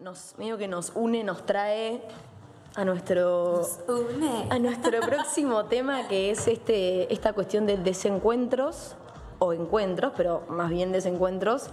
nos, medio que nos une, nos trae a nuestro, a nuestro próximo tema, que es este, esta cuestión de desencuentros o encuentros, pero más bien desencuentros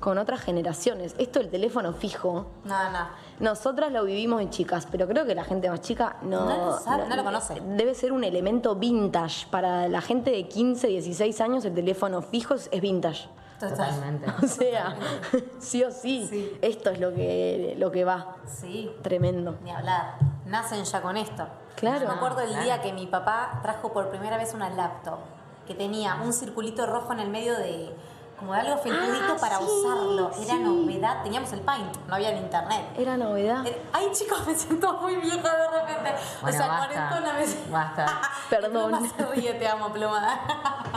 con otras generaciones. Esto del teléfono fijo, No, no. nosotras lo vivimos en chicas, pero creo que la gente más chica no, No lo sabe, no lo conoce. Debe ser un elemento vintage. Para la gente de 15, 16 años, el teléfono fijo es es vintage. Total. Totalmente. O sea, sí o sí, Sí. esto es lo que, lo que va. Sí. Tremendo. Ni hablar. Nacen ya con esto. Claro. Yo me acuerdo el Claro. día que mi papá trajo por primera vez una laptop que tenía un circulito rojo en el medio de como de algo felpudito Ah, para sí, usarlo. Era sí. novedad. Teníamos el Paint, no había el internet. Era novedad. Era- Ay, chicos, me siento muy vieja de repente. Bueno, o sea, basta. cuarentona me siento. Basta. Perdón. Pluma se ríe, te amo, Pluma.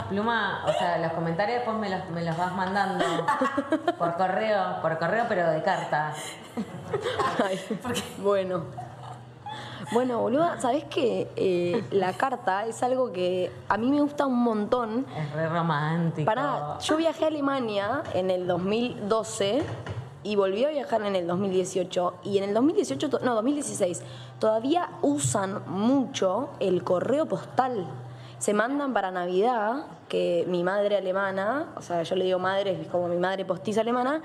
Pluma, o sea, los comentarios después me los, me los vas mandando por correo, por correo pero de carta. Ay, Bueno. Bueno, boluda, ¿sabés que la carta es algo que a mí me gusta un montón? Es re romántico. Pará, yo viajé a Alemania en el 2012 y volví a viajar en el 2018. Y en el 2018, to- no, 2016, todavía usan mucho el correo postal. Se mandan para Navidad, que mi madre alemana, o sea, yo le digo madre, es como mi madre postiza alemana,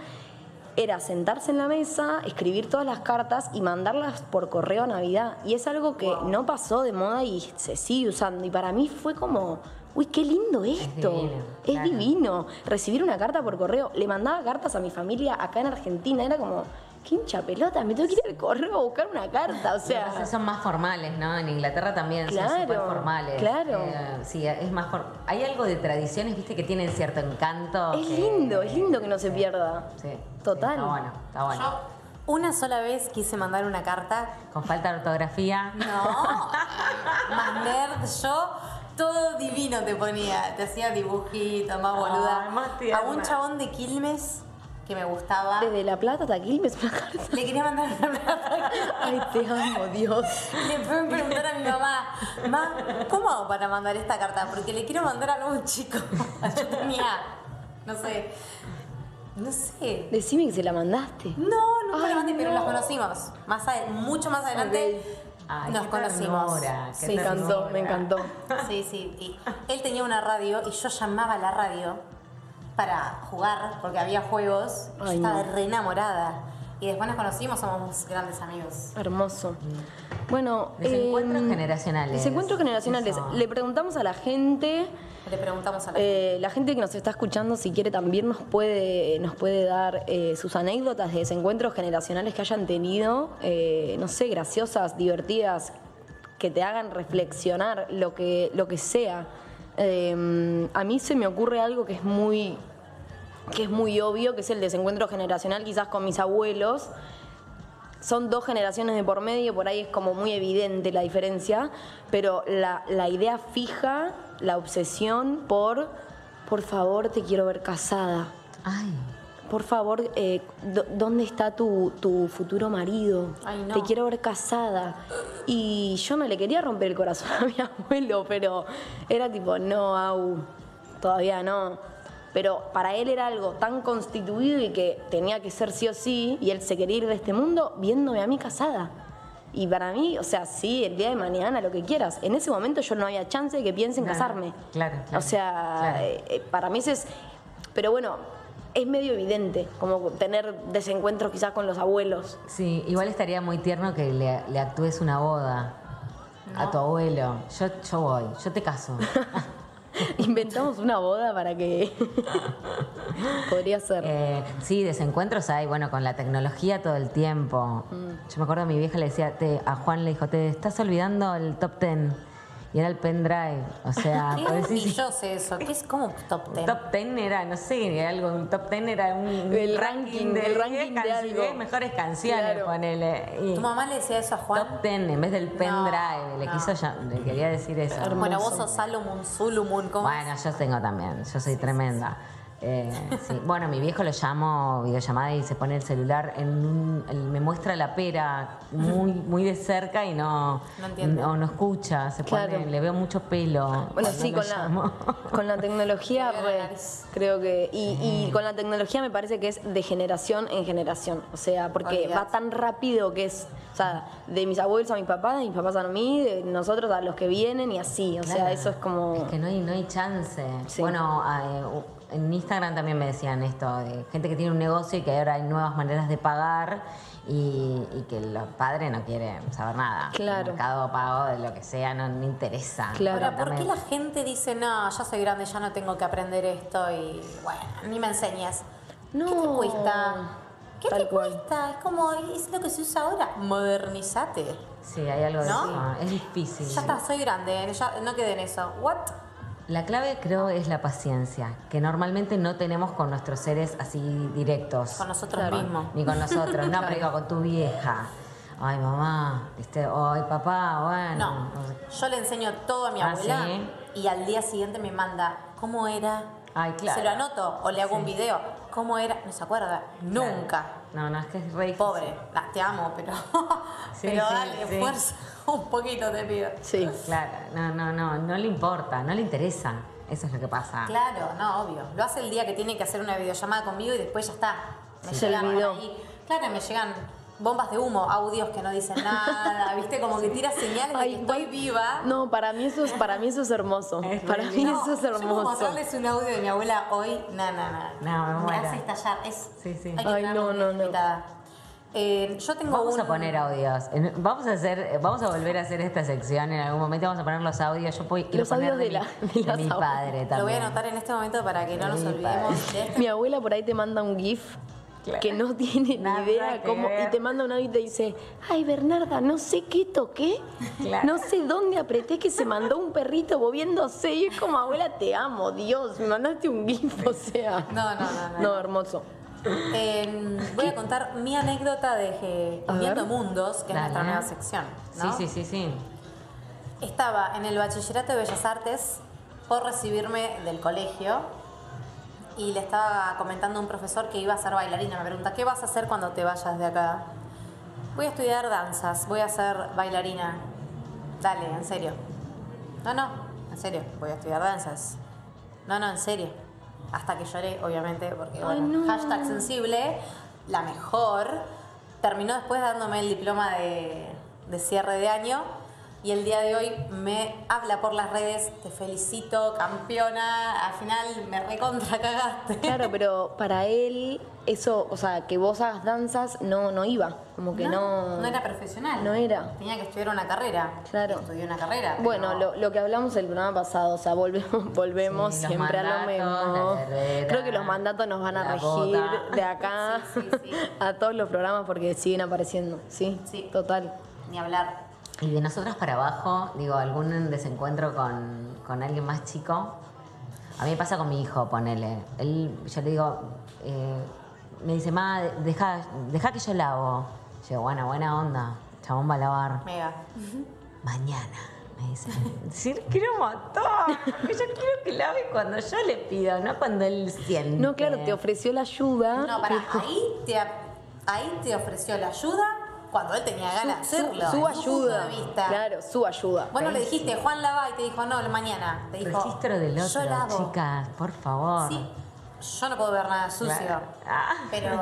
era sentarse en la mesa, escribir todas las cartas y mandarlas por correo a Navidad. Y es algo que no pasó de moda y se sigue usando. Y para mí fue como, uy, qué lindo esto. divino, Es claro. divino. Recibir una carta por correo. Le mandaba cartas a mi familia acá en Argentina. Era como, qué hincha pelota, me tengo que ir al correo a buscar una carta. O sea, Entonces son más formales, ¿no? En Inglaterra también Claro, son súper formales. claro. Eh, sí, es más for- Hay algo de tradiciones, viste, que tienen cierto encanto. es que- lindo, es lindo que no se pierda. Sí. Total. Está bueno, está bueno. Yo una sola vez quise mandar una carta Con falta de ortografía. No, más nerd yo, todo divino te ponía, te hacía dibujitos, más boluda. Ay, más a tierna. un chabón de Quilmes que me gustaba, Desde La Plata hasta Quilmes una carta. le quería mandar una plata. Ay, te amo, Dios. Le fui a preguntar a mi mamá, ma, ¿cómo hago para mandar esta carta? Porque le quiero mandar a algún chico. Yo tenía, no sé, no sé. Decime que se la mandaste. No, nunca Ay, la mandé, pero no. nos conocimos. Más ade- mucho más adelante Ay, nos qué conocimos. ternura, Ah, qué Me encantó, ternura. me encantó. Sí, sí. Y él tenía una radio y yo llamaba a la radio para jugar, porque había juegos. y yo Ay, estaba no. re enamorada. Y después nos conocimos, somos grandes amigos. Hermoso. Bueno, Desencuentros em, generacionales. Desencuentros generacionales. Eso. Le preguntamos a la gente, Le preguntamos a la eh, la gente que nos está escuchando, si quiere también nos puede, nos puede dar eh, sus anécdotas de desencuentros generacionales que hayan tenido, eh, no sé, graciosas, divertidas, que te hagan reflexionar, lo que, lo que sea. Eh, a mí se me ocurre algo que es muy que es muy obvio, que es el desencuentro generacional quizás con mis abuelos, son dos generaciones de por medio, por ahí es como muy evidente la diferencia, pero la, la idea fija, la obsesión por, por favor, te quiero ver casada. Ay, Por favor, eh, do- ¿dónde está tu, tu futuro marido? Ay, no. Te quiero ver casada. Y yo no le quería romper el corazón a mi abuelo, pero era tipo, no, au, todavía no. Pero para él era algo tan constituido y que tenía que ser sí o sí, y él se quería ir de este mundo viéndome a mí casada. Y para mí, o sea, sí, el día de mañana, lo que quieras. En ese momento yo no había chance de que piensen No, no. casarme. Claro, claro. O sea, Claro. eh, eh, para mí ese es. Pero bueno, es medio evidente, como tener desencuentros quizás con los abuelos. sí, igual estaría muy tierno que le, le actúes una boda a tu abuelo. Yo, yo voy, yo te caso. Inventamos una boda para que. Podría ser. Eh, sí, desencuentros hay, bueno, con la tecnología todo el tiempo. Mm. Yo me acuerdo, mi vieja le decía, te- a Juan le dijo, te estás olvidando el top ten. Y era el pendrive. O ah, sea, ¿Qué pues, podés decir- yo sé eso? ¿Qué es como top ten? Top 10 era, no sé, era algo, un top 10 era un El ranking, el ranking de 10 can- algo. 10 mejores canciones, Claro. ponele. Y ¿Tu mamá le decía eso a Juan? top 10 en vez del pendrive, le no. quiso ya- le quería decir eso. Hermoso. Bueno, vos sos Salomon Sulumun, ¿cómo es? Bueno, yo tengo también, yo soy tremenda. Eh, sí. Bueno, mi viejo lo llamo videollamada y se pone el celular, en un- él me muestra la pera muy, muy de cerca y no, No entiende. no, no escucha, se pone- Claro. le veo mucho pelo. Bueno, cuando sí, lo con la, llamo. con la tecnología, Me veo la re, nariz. creo que. Y, Eh. y con la tecnología me parece que es de generación en generación. O sea, porque Olvidate. va tan rápido que es. O sea, de mis abuelos a mis papás, de mis papás a mí, de nosotros a los que vienen y así. O sea, Claro. eso es como. Es que no hay, no hay chance. Sí. Bueno, ah, eh, u- en Instagram también me decían esto, de gente que tiene un negocio y que ahora hay nuevas maneras de pagar y, y que los padres no quieren saber nada. Claro. El mercado pago de lo que sea no, no interesa. Claro. Ahora, ¿por qué Exactamente. la gente dice, no, ya soy grande, ya no tengo que aprender esto y bueno, ni me enseñas? ¿Qué te No. cuesta? ¿Qué Tal te cual. cuesta? Es como, es lo que se usa ahora. Modernizate. Sí, hay algo de ¿No? eso. Es difícil. Ya está, soy grande, ya no quedé en eso. ¿What? La clave creo es la paciencia, que normalmente no tenemos con nuestros seres así directos. Con nosotros mismos. Ni con nosotros, no, pero digo, con tu vieja. Ay, mamá, ¿viste? Ay, papá, bueno. No, yo le enseño todo a mi Ah, abuela ¿sí? y al día siguiente me manda, ¿cómo era? Ay, claro. Se lo anoto o le hago un video. ¿Cómo era? No se acuerda. Claro. Nunca. No, no, es que es re difícil. Pobre, la, te amo, pero, Sí, pero sí, dale, sí. fuerza un poquito, te pido. Sí. Claro, no, no, no, no le importa, no le interesa. Eso es lo que pasa. Claro, no, obvio. Lo hace el día que tiene que hacer una videollamada conmigo y después ya está. Me Se llegan olvidó. ahí. Claro, me llegan bombas de humo, audios que no dicen nada, viste, como que tira señales Ay, de que estoy bueno, viva. No, para mí eso es, para mí eso es hermoso. Es para re mí lindo. eso es yo puedo hermoso. mostrarles un audio de mi abuela hoy, no, no, no. No, me muero. hace estallar. Es, Sí, sí. hay que Ay, tener no, una no, no. invitada. Eh, yo tengo Vamos un- a poner audios. En- Vamos a hacer, eh, vamos a volver a hacer esta sección en algún momento. Vamos a poner los audios. Yo puedo, quiero Los audios poner de de, la- mi, de de las mi abuelas. padre también. Lo voy a anotar en este momento para que no nos Sí, olvidemos de este- Mi abuela por ahí te manda un GIF que no tiene Nada ni idea que cómo. ver. Y te manda un audio y te dice: Ay, Bernarda, no sé qué toqué. Claro. No sé dónde apreté que se mandó un perrito moviéndose. Y es como, abuela, te amo, Dios, me mandaste un GIF, o sea. No, no, no, no. No, hermoso. Eh, voy a contar mi anécdota de que A ver. Viendo Mundos, que Dale. es nuestra nueva sección. ¿no? Sí, sí, sí, sí. Estaba en el Bachillerato de Bellas Artes por recibirme del colegio y le estaba comentando a un profesor que iba a ser bailarina. Me pregunta, ¿qué vas a hacer cuando te vayas de acá? Voy a estudiar danzas, voy a ser bailarina. Dale, en serio. No, no, en serio, voy a estudiar danzas. No, no, en serio. Hasta que lloré, obviamente, porque, bueno, hashtag sensible, la mejor. Terminó después dándome el diploma de, de cierre de año y el día de hoy me habla por las redes, te felicito, campeona, al final me recontra cagaste. Claro, pero para él, eso, o sea, que vos hagas danzas, no, no iba. Como que no. no era profesional. No era. Tenía que estudiar una carrera. Claro. Estudié una carrera. Bueno, pero- lo, lo que hablamos el programa pasado, o sea, volvemos, volvemos Sí, los siempre a lo mandatos, mismo. la carrera, Creo que los mandatos nos van la a regir boda. de acá Sí, sí, sí. a todos los programas porque siguen apareciendo, ¿sí? Sí. Total. Ni hablar. Y de nosotras para abajo, digo, algún desencuentro con, con alguien más chico. A mí me pasa con mi hijo, ponele. Él, yo le digo, eh, me dice, ma, deja, deja que yo lavo. Yo digo, bueno, buena onda, chabón va a lavar. Mega. Mañana, me dice. Decir, quiero un montón. que Yo quiero que lave cuando yo le pido, no cuando él siente. No, claro, te ofreció la ayuda. Este. No, pará, ahí te, ahí te ofreció la ayuda cuando él tenía ganas de hacerlo. Su desde ayuda. punto de vista. Claro, su ayuda. Vos no le dijiste, Juan lava y te dijo, no, mañana. Te dijo, Registro del yo otro, lavo. chicas, por favor. Sí, yo no puedo ver nada sucio. Claro. Ah. Pero,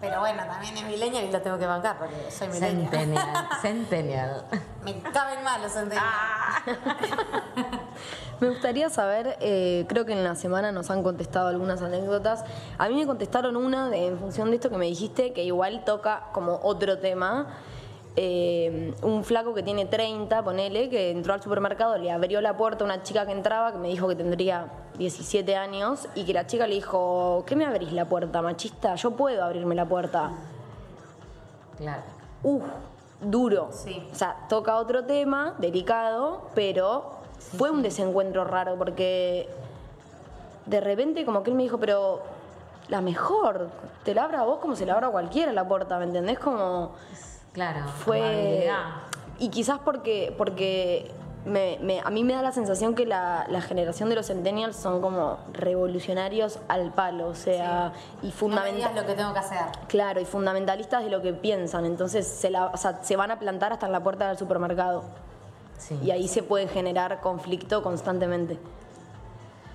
pero bueno, también es milenio y lo tengo que bancar porque soy milenio. Centennial, centennial. Me caben mal los centenios. Ah. Me gustaría saber, eh, creo que en la semana nos han contestado algunas anécdotas. A mí me contestaron una de- en función de esto que me dijiste, que igual toca como otro tema. Eh, un flaco que tiene 30, ponele, que entró al supermercado, le abrió la puerta a una chica que entraba, que me dijo que tendría 17 años, y que la chica le dijo, ¿qué me abrís la puerta, machista? Yo puedo abrirme la puerta. Claro. Uf, duro. Sí. O sea, toca otro tema, delicado, pero fue un desencuentro raro porque de repente como que él me dijo, pero la mejor, te la abra a vos como se la abra a cualquiera la puerta, ¿me entendés? Como Claro. fue... amabilidad. Y quizás porque, porque me- me- a mí me da la sensación que la, la generación de los centennials son como revolucionarios al palo, o sea, y No me digas fundamental. lo que tengo que hacer. Claro, y fundamentalistas de lo que piensan, entonces se, la- o sea, se van a plantar hasta en la puerta del supermercado Sí. y ahí se puede generar conflicto constantemente.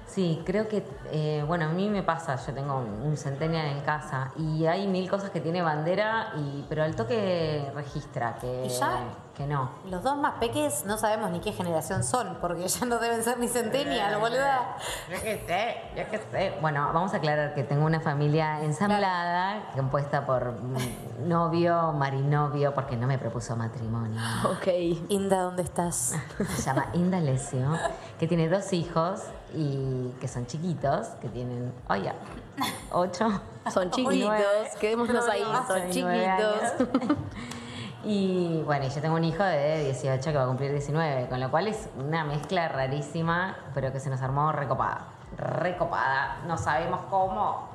Sí, creo que, eh, bueno, a mí me pasa, yo tengo un un centennial en casa y hay mil cosas que tiene bandera, y, pero al toque registra que, ¿Y ya? que no. Los dos más peques no sabemos ni qué generación son, porque ya no deben ser ni centennial, boluda. Yo qué sé, yo qué sé. Bueno, vamos a aclarar que tengo una familia ensamblada, compuesta por mm, novio, marinovio, porque no me propuso matrimonio. Ok. Inda, ¿dónde estás? Se llama Inda Lesio, que tiene dos hijos y que son chiquitos, que tienen, oye, ocho. Son Nueve. chiquitos, quedémonos ahí, son Hace nueve chiquitos. años. Y bueno, y yo tengo un hijo de 18 que va a cumplir 19, con lo cual es una mezcla rarísima, pero que se nos armó recopada. Recopada. No sabemos cómo.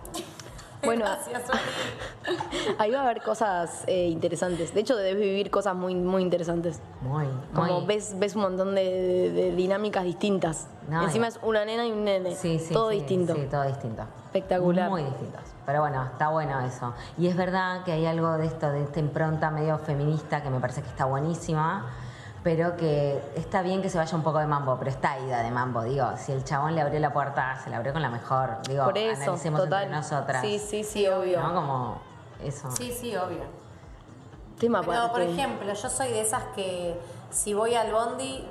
Bueno, Gracias, Oli. ahí va a haber cosas eh, interesantes. De hecho, debes vivir cosas muy, muy interesantes. Muy, Como muy- ves, ves un montón de, de- de dinámicas distintas. No, Encima y- es una nena y un nene. Sí, sí, Todo sí, distinto. Sí, todo distinto. Espectacular. Muy distintos. Pero bueno, está bueno eso. Y es verdad que hay algo de esto, de esta impronta medio feminista que me parece que está buenísima, pero que está bien que se vaya un poco de mambo, pero está ida de mambo, digo. Si el chabón le abrió la puerta, se la abrió con la mejor. Digo, Por eso, analicemos total. entre nosotras. Sí, sí, sí, obvio. ¿No? Como eso. Sí, sí, obvio. Tema Pero, por aparte. ejemplo, yo soy de esas que si voy al bondi,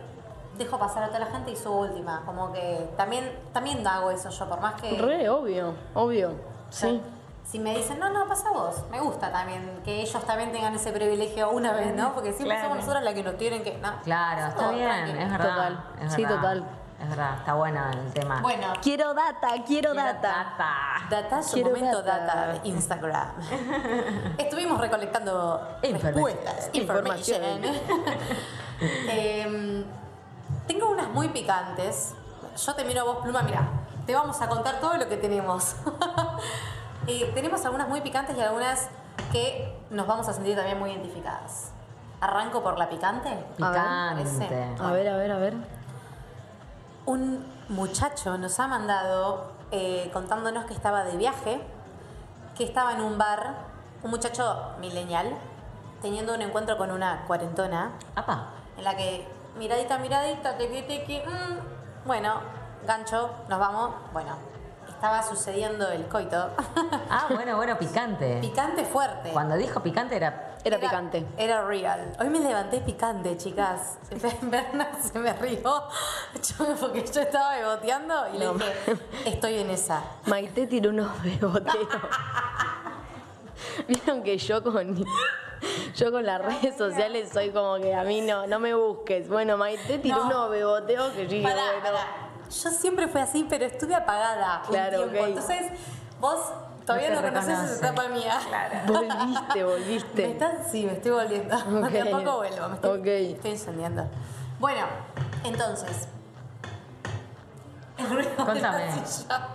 dejo pasar a toda la gente y su última. Como que también, también hago eso yo, por más que... Re, obvio, obvio. Sí. Si me dicen, no, no, pasa vos. Me gusta también que ellos también tengan ese privilegio una vez, ¿no? Porque siempre Claro. somos nosotros las que nos tienen que... no, Claro, está todo bien, tranqui. es verdad. Total. es Sí, verdad. total. Es verdad, está bueno el tema. Bueno, Quiero data, quiero, Quiero data. data. data su Quiero momento data. data. de Instagram. Estuvimos recolectando Información. respuestas, Información. information. Em, tengo unas muy picantes. Yo te miro a vos, Pluma, mira, te vamos a contar todo lo que tenemos. Y tenemos algunas muy picantes y algunas que nos vamos a sentir también muy identificadas. Arranco por la picante. A ver, Picante. A ver, a ver, a ver. Un muchacho nos ha mandado eh, contándonos que estaba de viaje, que estaba en un bar, un muchacho milenial, teniendo un encuentro con una cuarentona, Apa. en la que miradita, miradita, tequi, tequi, mm, bueno, gancho, nos vamos, bueno, estaba sucediendo el coito. Ah, bueno, bueno, picante. picante fuerte. Cuando dijo picante era. Era picante. Era real. Hoy me levanté picante, chicas. Berna se me rió yo- porque yo estaba beboteando y le No, dije, estoy en esa. Maite tiró unos beboteos. Vieron que yo con yo con las redes sociales soy como que a mí no, no me busques. Bueno, Maite tiró No. unos beboteos que yo dije, Pará, bueno. pará. Yo siempre fui así, pero estuve apagada Claro, un tiempo. ok. Entonces, vos todavía No no, te conocés reconoce. esa etapa mía. Volviste, ¿Me volviste. estás? Sí, me estoy volviendo. De a Ok. poco vuelvo, me estoy, Ok. estoy incendiando. Bueno, entonces. El ruido de la Contame. silla.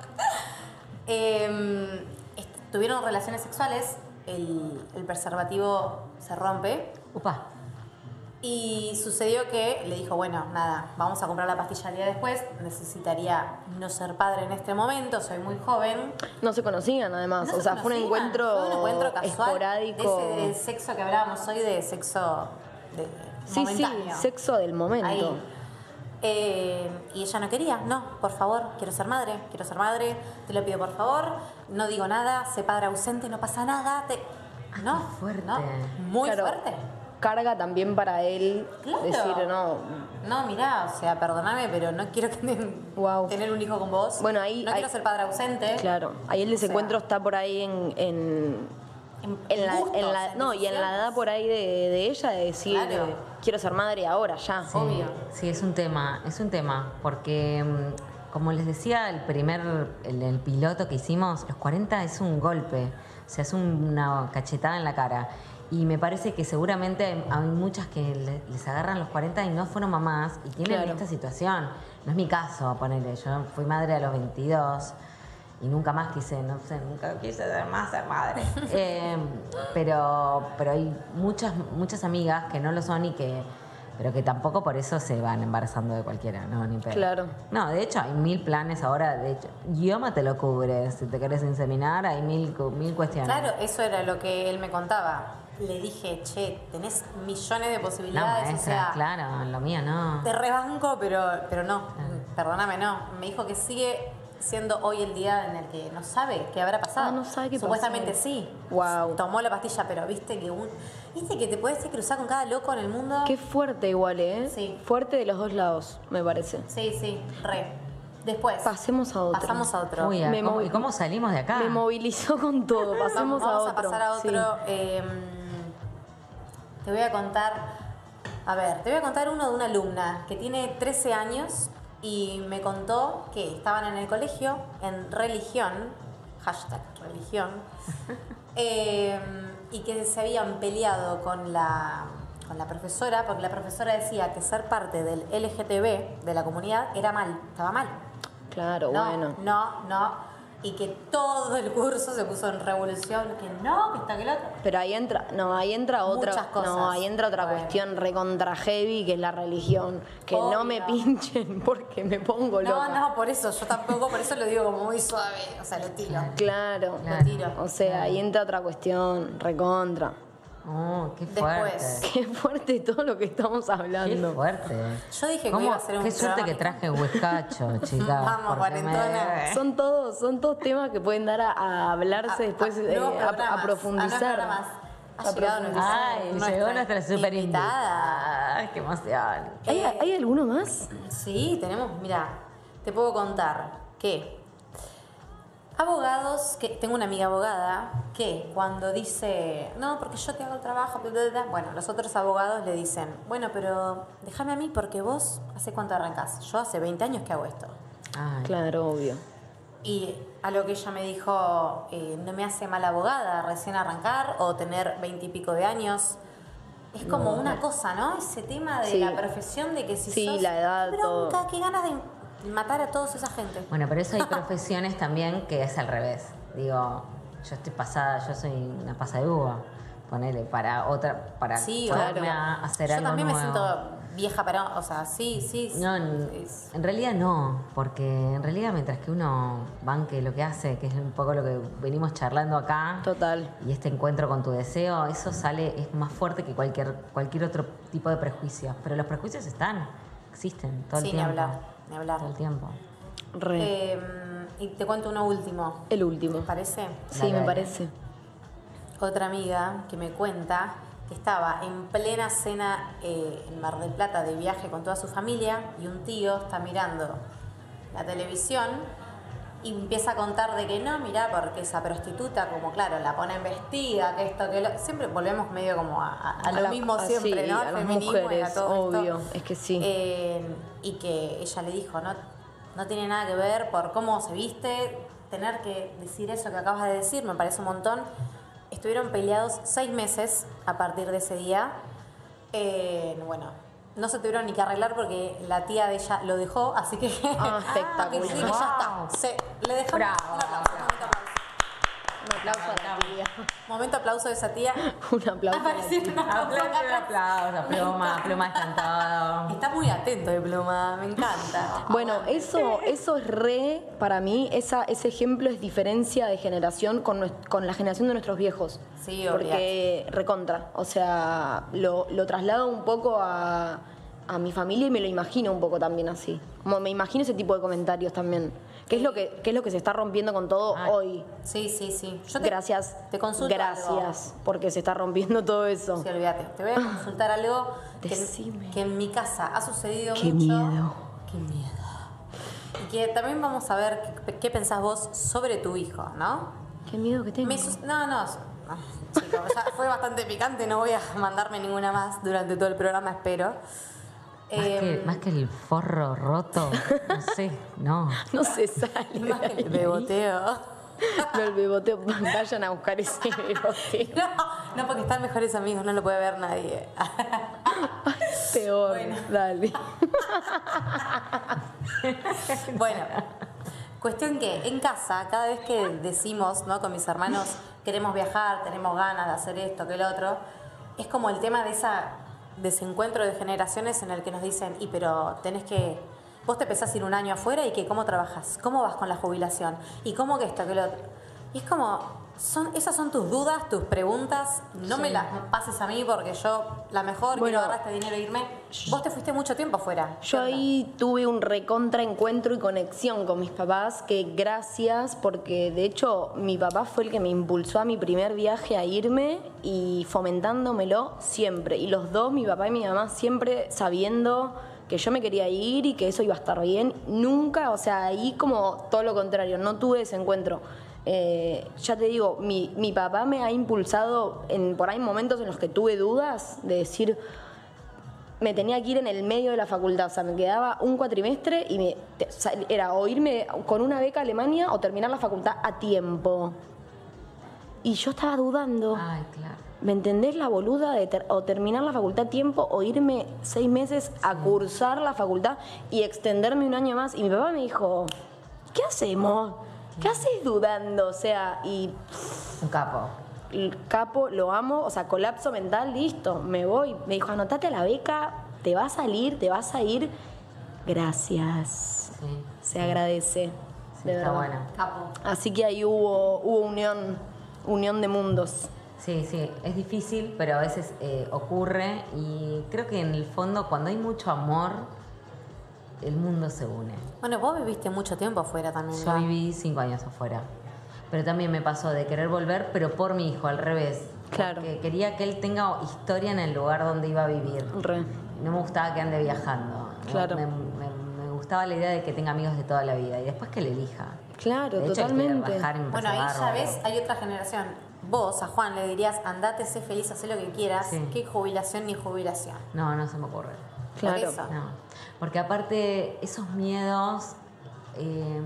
Em, est- tuvieron relaciones sexuales, el, el preservativo se rompe Upa. y sucedió que le dijo, bueno, nada, vamos a comprar la pastilla el día después, necesitaría no ser padre en este momento, soy muy joven. No se conocían además, No o se sea, fue un conocían, encuentro, fue un encuentro casual, esporádico. De ese de sexo que hablábamos hoy, de sexo de, sí, sí, momentáneo. sexo del momento. Ahí. Eh, y ella no quería, no, por favor, quiero ser madre, quiero ser madre, te lo pido por favor, no digo nada, sé padre ausente, no pasa nada, te... No, qué fuerte. no, muy Ah, Claro, fuerte. Carga también para él Claro. decir, no, No, mirá, o sea, perdóname, pero no quiero que ten- Guau. tener un hijo con vos. Bueno, ahí- No ahí- quiero ser padre ausente. Claro, ahí el Eh, O sea, desencuentro está por ahí en, en, En- en la, gustos, en la- en no, y en la decisiones. edad por ahí de, de ella de decir, Claro. eh, quiero ser madre ahora, ya. Sí, Obvio. Sí, es un tema, es un tema, porque mm, como les decía, el primer, el, el piloto que hicimos, los 40 es un golpe, o sea, es un- una cachetada en la cara. Y me parece que seguramente hay, hay muchas que le- les agarran los 40 y no fueron mamás y tienen Claro. esta situación. No es mi caso, ponele, yo fui madre a los 22 y nunca más quise, no sé, nunca quise ser más ser madre. Em, Eh, pero, pero hay muchas, muchas amigas que no lo son y que Pero que tampoco por eso se van embarazando de cualquiera, no, ni pedo. Claro. No, de hecho, hay mil planes ahora. De hecho, idioma te lo cubre. Si te querés inseminar, hay mil, cu- mil cuestiones. Claro, eso era lo que él me contaba. Le dije, che, tenés millones de No, posibilidades, maestra, o sea, claro, lo mío no. te rebanco, pero, pero no, perdóname, no. Me dijo que sigue siendo hoy el día en el que no sabe qué habrá pasado. Ah, no sabe qué pasó. Supuestamente sí. Guau. Tomó la pastilla, pero viste que un... Viste que te puedes cruzar con cada loco en el mundo. Qué fuerte igual, ¿eh? Sí. Fuerte de los dos lados, me parece. Sí, sí, re. Después. Pasemos a otro. Pasamos a otro. Uy, ¿a Me cómo- movi- ¿y cómo salimos de acá? Me movilizó con todo. Pasemos Vamos, vamos a a, otro. pasar a sí. otro. eh, te voy a contar. A ver, te voy a contar uno de una alumna que tiene 13 años y me contó que estaban en el colegio en religión, hashtag religión, eh, y que se habían peleado con la, con la profesora porque la profesora decía que ser parte del LGTB de la comunidad era mal, estaba mal. Claro, No, bueno. no, no. Y que todo el curso se puso en revolución, que no, que está que el otro. Pero ahí entra, no, ahí entra otra, Muchas cosas. no, ahí entra otra Bueno. cuestión recontra heavy que es la religión, que no me Obvio. pinchen porque me pongo No, loca. no, por eso, yo tampoco, por eso lo digo como muy suave, o sea, lo tiro. Claro. Lo tiro. O sea, ahí entra otra cuestión recontra. Oh, qué fuerte. Después. Qué fuerte todo lo que estamos Qué hablando. fuerte. Yo dije que ¿Cómo? iba a ser un Qué suerte programa. que traje huescacho, chicas. Vamos, porque me- cuarentona. Son todos, son todos temas que pueden dar a, a hablarse A- después, a- eh, nuevos a, a programas, nuevos profundizar. programas. Ha A llegado nuestra- profundizar. Ay, llegó nuestra invitada. super invitada. Ay, qué emoción. ¿Hay, Eh, hay alguno más? Sí, tenemos, mira, te puedo contar que abogados, que tengo una amiga abogada que cuando dice, no, porque yo te hago el trabajo, bla, bla, bla", bueno, los otros abogados le dicen, bueno, pero déjame a mí porque vos, ¿hace cuánto arrancás? Yo hace 20 años que hago esto. Ay, Claro, obvio. Y a lo que ella me dijo, eh, no me hace mala abogada recién arrancar o tener 20 y pico de años. Es como una cosa, ¿no? Ese tema de Sí. la profesión, de que si Sí, sos- la edad, qué bronca, todo. qué ganas de matar a toda esa gente. Bueno, pero eso hay profesiones también que es al revés. Digo, yo estoy pasada, yo soy una pasa de uva. Ponele para otra, para sí, ponerme obvio. a hacer Yo algo también me nuevo. siento vieja, pero, o sea, sí, sí. sí, No, en, es- en realidad no, porque en realidad mientras que uno banque lo que hace, que es un poco lo que venimos charlando acá, Total. y este encuentro con tu deseo, eso sale, es más fuerte que cualquier, cualquier otro tipo de prejuicio. Pero los prejuicios están, existen todo Sí, el ni tiempo. hablar, ni hablar. Todo el tiempo. Re. Eh, y te cuento uno último, el ¿te último. parece? Sí, Dale, me dale. parece. Otra amiga que me cuenta que estaba en plena cena eh, en Mar del Plata de viaje con toda su familia y un tío está mirando la televisión y empieza a contar de que no, mirá, porque esa prostituta, como claro, la ponen vestida, que esto, que lo... Siempre volvemos medio como a, a- a A lo la- mismo a- siempre, sí, ¿no? a las Feminismo y mujeres, todo esto. obvio, es que sí. Eh, y que ella le dijo, no, no tiene nada que ver por cómo se viste, tener que decir eso que acabas de decir, me parece un montón. Estuvieron peleados seis meses a partir de ese día. Eh, bueno, no se tuvieron ni que arreglar porque la tía de ella lo dejó, así que... Ah, espectacular. que sí, que ya Wow. está. Se- le dejamos Bravo. un aplauso, un momento aplauso. Un aplauso a la tía. Momento aplauso de esa tía. Un aplauso. a la tía. Aparecieron Aplausos, aplausos, pluma, pluma está en todo. Está muy atento de pluma, me encanta. Bueno, eso, eso es re, para mí, esa, ese ejemplo es diferencia de generación con, nues- con la generación de nuestros viejos. Sí, Porque recontra. O sea, lo, lo traslado un poco a, a mi familia y me lo imagino un poco también así. Como me imagino ese tipo de comentarios también. ¿Qué es lo que, qué es lo que se está rompiendo con todo Ay. hoy? Sí, sí, sí. Yo te- Gracias. Te consulto. Gracias, porque se está rompiendo todo eso. Algo. Sí, olvídate. Te voy a consultar algo que, Decime. que en mi casa ha sucedido Qué mucho. miedo. Qué miedo. Y que también vamos a ver qué, qué pensás vos sobre tu hijo, ¿no? Qué miedo que tengo. Me sus- No, no. no, chico, ya fue bastante picante, no voy a mandarme ninguna más durante todo el programa, espero. Más, que, Em, más que el forro roto, no sé, no. No se sale. más que el de ahí. beboteo. No, el beboteo. Vayan a buscar ese beboteo. No, no, porque están mejores amigos, no lo puede ver nadie. Peor. Dale. bueno, cuestión que en casa, cada vez que decimos, ¿no? Con mis hermanos, queremos viajar, tenemos ganas de hacer esto, que el otro, es como el tema de esa desencuentro de generaciones en el que nos dicen, y pero tenés que, vos te pensás ir un año afuera y que cómo trabajas, cómo vas con la jubilación, y cómo que esto, que lo otro. Y es como, son, esas son tus dudas, tus preguntas, no me las pases a mí porque yo la mejor Bueno. quiero agarrar este dinero e irme. Vos te fuiste mucho tiempo afuera. Yo ahí tuve un recontraencuentro y conexión con mis papás, que gracias, porque de hecho mi papá fue el que me impulsó a mi primer viaje a irme y fomentándomelo siempre. Y los dos, mi papá y mi mamá, siempre sabiendo que yo me quería ir y que eso iba a estar bien. Nunca, o sea, ahí como todo lo contrario, no tuve ese encuentro. Eh, ya te digo, mi, mi papá me ha impulsado en, por ahí momentos en los que tuve dudas de decir, me tenía que ir en el medio de la facultad, o sea, me quedaba un cuatrimestre y me, te- o sea, era o irme con una beca a Alemania o terminar la facultad a tiempo. Y yo estaba dudando. Ay, claro. ¿Me entendés la boluda de ter- o terminar la facultad a tiempo o irme seis meses a cursar la facultad y extenderme un año más? Y mi papá me dijo, ¿qué hacemos? ¿Qué haces dudando? O sea, y Un capo. el capo, lo amo, o sea, colapso mental, listo, me voy. Me dijo, anotate a la beca, te va a salir, te vas a ir. Gracias. Sí. Se agradece. Sí, de está verdad. bueno. Capo. Así que ahí hubo, hubo unión, unión de mundos. Sí, sí, es difícil, pero a veces eh, ocurre y creo que en el fondo cuando hay mucho amor, el mundo se une. Bueno, vos viviste mucho tiempo afuera también. Yo ¿no? viví cinco años afuera, pero también me pasó de querer volver, pero por mi hijo, al revés. Claro. Que quería que él tenga historia en el lugar donde iba a vivir. Re. No me gustaba que ande viajando. Me- Claro. Me, me- me gustaba la idea de que tenga amigos de toda la vida y después que le elija. Claro, De hecho, el querer totalmente. bajar me Bueno, parece ahí ya bárbaro. ves, hay otra generación. Vos a Juan le dirías, andate, sé feliz, haz lo que quieras, Sí. qué jubilación ni jubilación. No, no se me ocurre. Claro. Por eso. No, porque aparte esos miedos eh,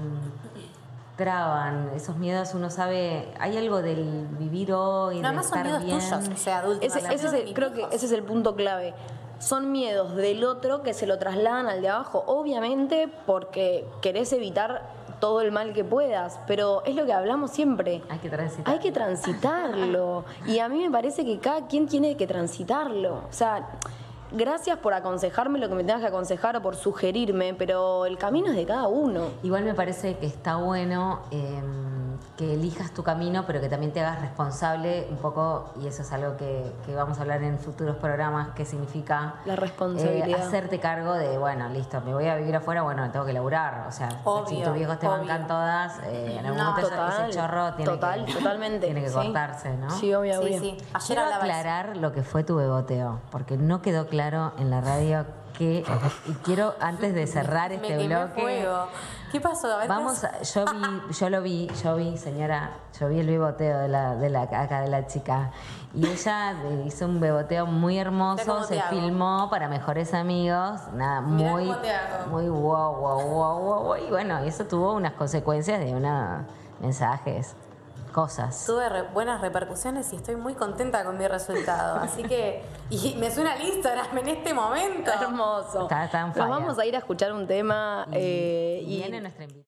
traban, esos miedos uno sabe, hay algo del vivir hoy, No, de además son estar miedos bien. tuyos, o sea, adultos. Ese, ese es el- creo que ese es el punto clave. Son miedos del otro que se lo trasladan al de abajo, obviamente porque querés evitar todo el mal que puedas, pero es lo que hablamos siempre. Hay que transitar. Hay que transitarlo. Y a mí me parece que cada quien tiene que transitarlo. O sea, gracias por aconsejarme lo que me tengas que aconsejar o por sugerirme, pero el camino es de cada uno. Igual me parece que está bueno eh, que elijas tu camino, pero que también te hagas responsable un poco, y eso es algo que, que vamos a hablar en futuros programas, que significa La responsabilidad. eh, hacerte cargo de, bueno, listo, me voy a vivir afuera, bueno, tengo que laburar. O sea, Obvio, si tus viejos te obvio. bancan todas, eh, en algún No, momento ese- Total. ese chorro tiene total, que, totalmente. tiene que sí. cortarse, ¿no? Sí, obvio, Sí, obvio. sí. Ayer Quiero hablaba de eso. aclarar lo que fue tu beboteo, porque no quedó claro en la radio que... Y quiero, antes de cerrar Me este quemé bloque... fuego. ¿Qué pasó? A ver, Vamos, a- yo vi, yo lo vi, yo vi, señora, yo vi el beboteo de la, de la acá de la chica. Y ella hizo un beboteo muy Mirá hermoso, cómo te se hago. filmó para mejores amigos, nada, Mirá muy, cómo te hago. muy wow, wow, wow, wow, wow. Y bueno, y eso tuvo unas consecuencias de una mensajes, cosas. Tuve re- buenas repercusiones y estoy muy contenta con mi resultado. Así que, y me suena al Instagram en este momento. Hermoso. Está- está on Nos fire. vamos a ir a escuchar un tema eh, y y viene nuestra invitada.